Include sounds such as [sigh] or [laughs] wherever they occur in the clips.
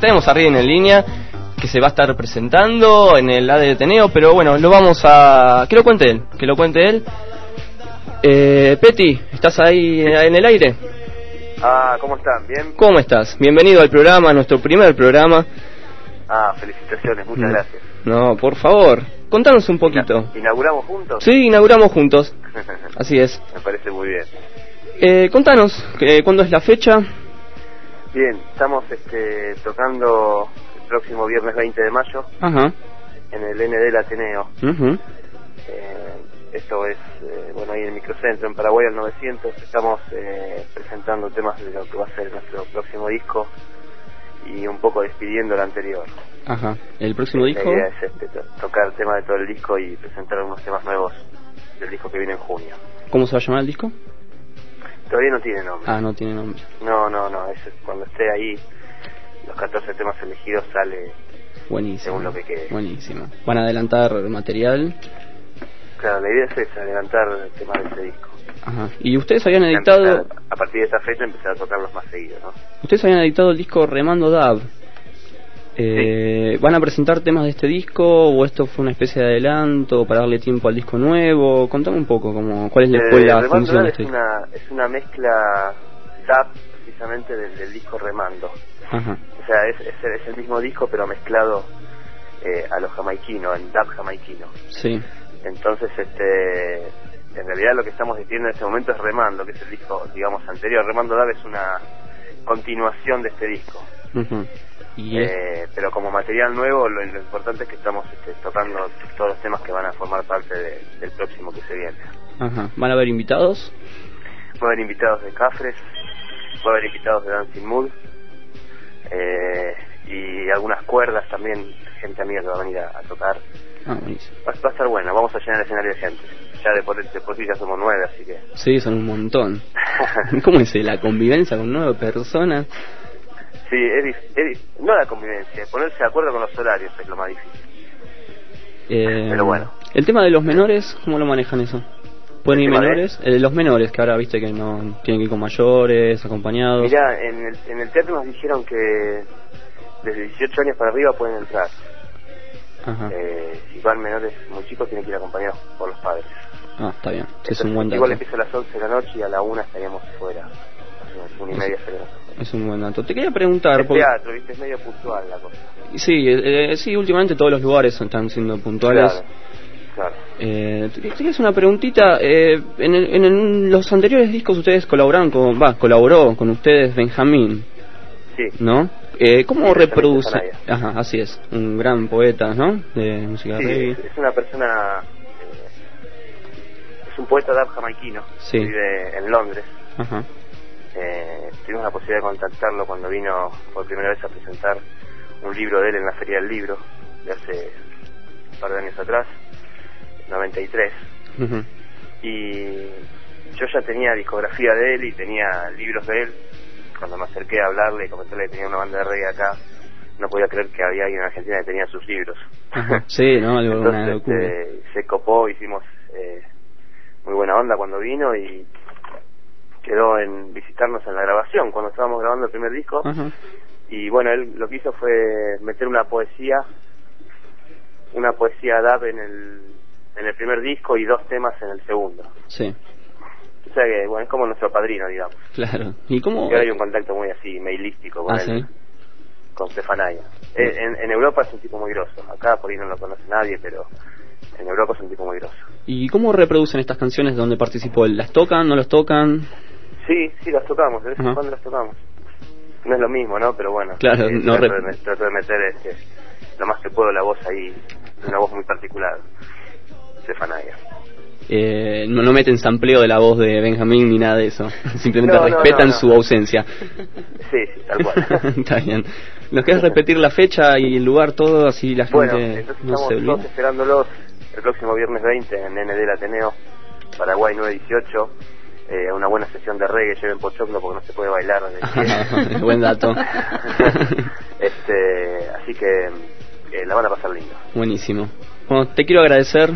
Tenemos a Rien en línea, que se va a estar presentando en el AD de Teneo, pero bueno, lo vamos a... Que lo cuente él, que lo cuente él. Eh, Peti, ¿estás ahí en el aire? Ah, ¿cómo están? ¿Bien? ¿Cómo estás? Bienvenido al programa, nuestro primer programa. Ah, felicitaciones, muchas No. gracias. No, por favor, contanos un poquito. ¿Inauguramos juntos? Sí, inauguramos juntos, así es. [laughs] Me parece muy bien. Eh, contanos, eh, ¿cuándo es la fecha? Bien, estamos este, tocando el próximo viernes 20 de mayo Ajá. en el ND del Ateneo. ujú. Eh, esto es, eh, bueno, ahí en el microcentro, en Paraguay al 900. Estamos eh, presentando temas de lo que va a ser nuestro próximo disco y un poco despidiendo el anterior. Ajá. ¿El próximo disco? La idea es este, to- tocar temas de todo el disco y presentar unos temas nuevos del disco que viene en junio. ¿Cómo se va a llamar el disco? Todavía no tiene nombre. Ah, no tiene nombre. No, no, no, es cuando esté ahí los 14 temas elegidos sale, Buenísimo. Según lo que quede. Buenísimo. Van a adelantar material. claro, la idea es esa, adelantar temas de ese disco. Ajá. ¿Y ustedes habían editado, Empezar- a partir de esa fecha empezar a tocarlos más seguido, ¿no? ustedes habían editado el disco Remando Dab? Eh, ¿Van a presentar temas de este disco o esto fue una especie de adelanto para darle tiempo al disco nuevo? Contame un poco cómo, cuál es la, cuál es la Eh, Remando función de es este disco. una, es una mezcla tap precisamente del, del disco Remando. Ajá. O sea, es, es, el- es el mismo disco pero mezclado eh, a lo jamaiquino, en tap jamaiquino. Sí. Entonces, este, en realidad lo que estamos diciendo en este momento es Remando, que es el disco, digamos, anterior. Remando Dab es una continuación de este disco. Ujú. Y es- Eh, pero como material nuevo, lo, lo importante es que estamos este, tocando todos los temas que van a formar parte de- del próximo que se viene. ajá. ¿Van a haber invitados? Va a haber invitados de Cafres, va a haber invitados de Dancing Mood eh, y algunas cuerdas también, gente amiga que va a venir a, a tocar. Ah, buenísimo. Va, va a estar bueno, vamos a llenar el escenario de gente. Ya de por, de por sí ya somos nueve, así que... Sí, son un montón. [laughs] ¿Cómo es eh, la convivencia con nueve personas? Sí, es, dif- es dif- no la convivencia, ponerse de acuerdo con los horarios es lo más difícil. Eh, Pero bueno. El tema de los menores, ¿cómo lo manejan eso? ¿Pueden ¿El ir tema de- menores? Eh, los menores, que ahora viste que no tienen que ir con mayores, acompañados. Mirá, en el, en el teatro nos dijeron que desde 18 años para arriba pueden entrar. Ajá. Eh, si van menores muy chicos tienen que ir acompañados por los padres. Ah, está bien. Sí, es Entonces, un buen dato. Igual empieza a las 11 de la noche y a la 1 estaríamos fuera. Más o menos, Una y media estaríamos fuera. Es un buen dato. Te quería preguntar, Es porque... teatro, viste, es medio puntual la cosa. Sí, eh, eh, sí, últimamente todos los lugares están siendo puntuales. Claro, claro. Eh, te te quería hacer una preguntita. eh, en, el- en el- los anteriores discos ustedes colaboraron con... Va, colaboró con ustedes Benjamín. Sí, ¿no? Eh, ¿Cómo Sí, reproduce? Benjamín Zanaya. Ajá, así es, un gran poeta, ¿no? De música sí, reggae. es, es una persona... eh, es un poeta dab jamaiquino. Sí. que Vive en Londres. Ajá, Eh, tuvimos la posibilidad de contactarlo cuando vino por primera vez a presentar un libro de él en la Feria del Libro de hace un par de años atrás, 93. ujú, Y yo ya tenía discografía de él y tenía libros de él. Cuando me acerqué a hablarle y comentarle que tenía una banda de reggae acá, no podía creer que había alguien en Argentina que tenía sus libros. ajá. [laughs] Sí, ¿no? Algo, una Entonces locura. este, se copó, hicimos eh, muy buena onda cuando vino y quedó en visitarnos en la grabación, cuando estábamos grabando el primer disco. Ajá, Y bueno, él lo que hizo fue meter una poesía, una poesía DAP en el, en el primer disco y dos temas en el segundo. sí, O sea que, bueno, es como nuestro padrino, digamos. claro. ¿Y cómo...? Y ahora hay un contacto muy así, mailístico con Oh, eh. Ah, él, sí. con Stefanaya. Eh, En, en Europa es un tipo muy grosso. Acá por ahí no lo conoce nadie, pero en Europa es un tipo muy grosso. ¿Y cómo reproducen estas canciones donde participó él? ¿Las tocan, no las tocan? Sí, sí, las tocamos, de vez Ajá. en cuando las tocamos. No es lo mismo, ¿no? Pero bueno, Claro, eh, no trato, de, rep- me- trato de meter este, lo más que puedo la voz ahí, una voz muy particular, Stefanaya. eh, no, no meten sampleo de la voz de Benjamín ni nada de eso. [laughs] Simplemente No, no, respetan no, no. su ausencia. Sí, sí, tal [laughs] cual. Está bien. ¿Nos querés repetir la fecha y el lugar todo así la gente bueno, entonces no estamos se todos olvida? esperándolos el próximo viernes 20 en ND del Ateneo, Paraguay 918. Eh, una buena sesión de reggae, lleven pochoclo porque no se puede bailar. [laughs] en el pie. Buen dato. [laughs] [laughs] este, así que eh, la van a pasar lindo. Buenísimo. Bueno, te quiero agradecer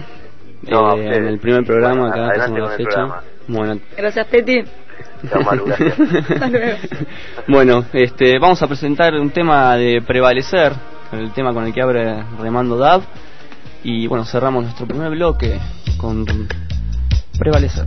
No, a eh, ustedes. en el primer programa Bueno, acá pasamos la adelante con el fecha. programa. Bueno, Gracias, Peti. Chao, Maru, [laughs] gracias. Hasta luego. bueno, este, vamos a presentar un tema de prevalecer, el tema con el que abre Remando Dab. Y bueno, cerramos nuestro primer bloque con prevalecer.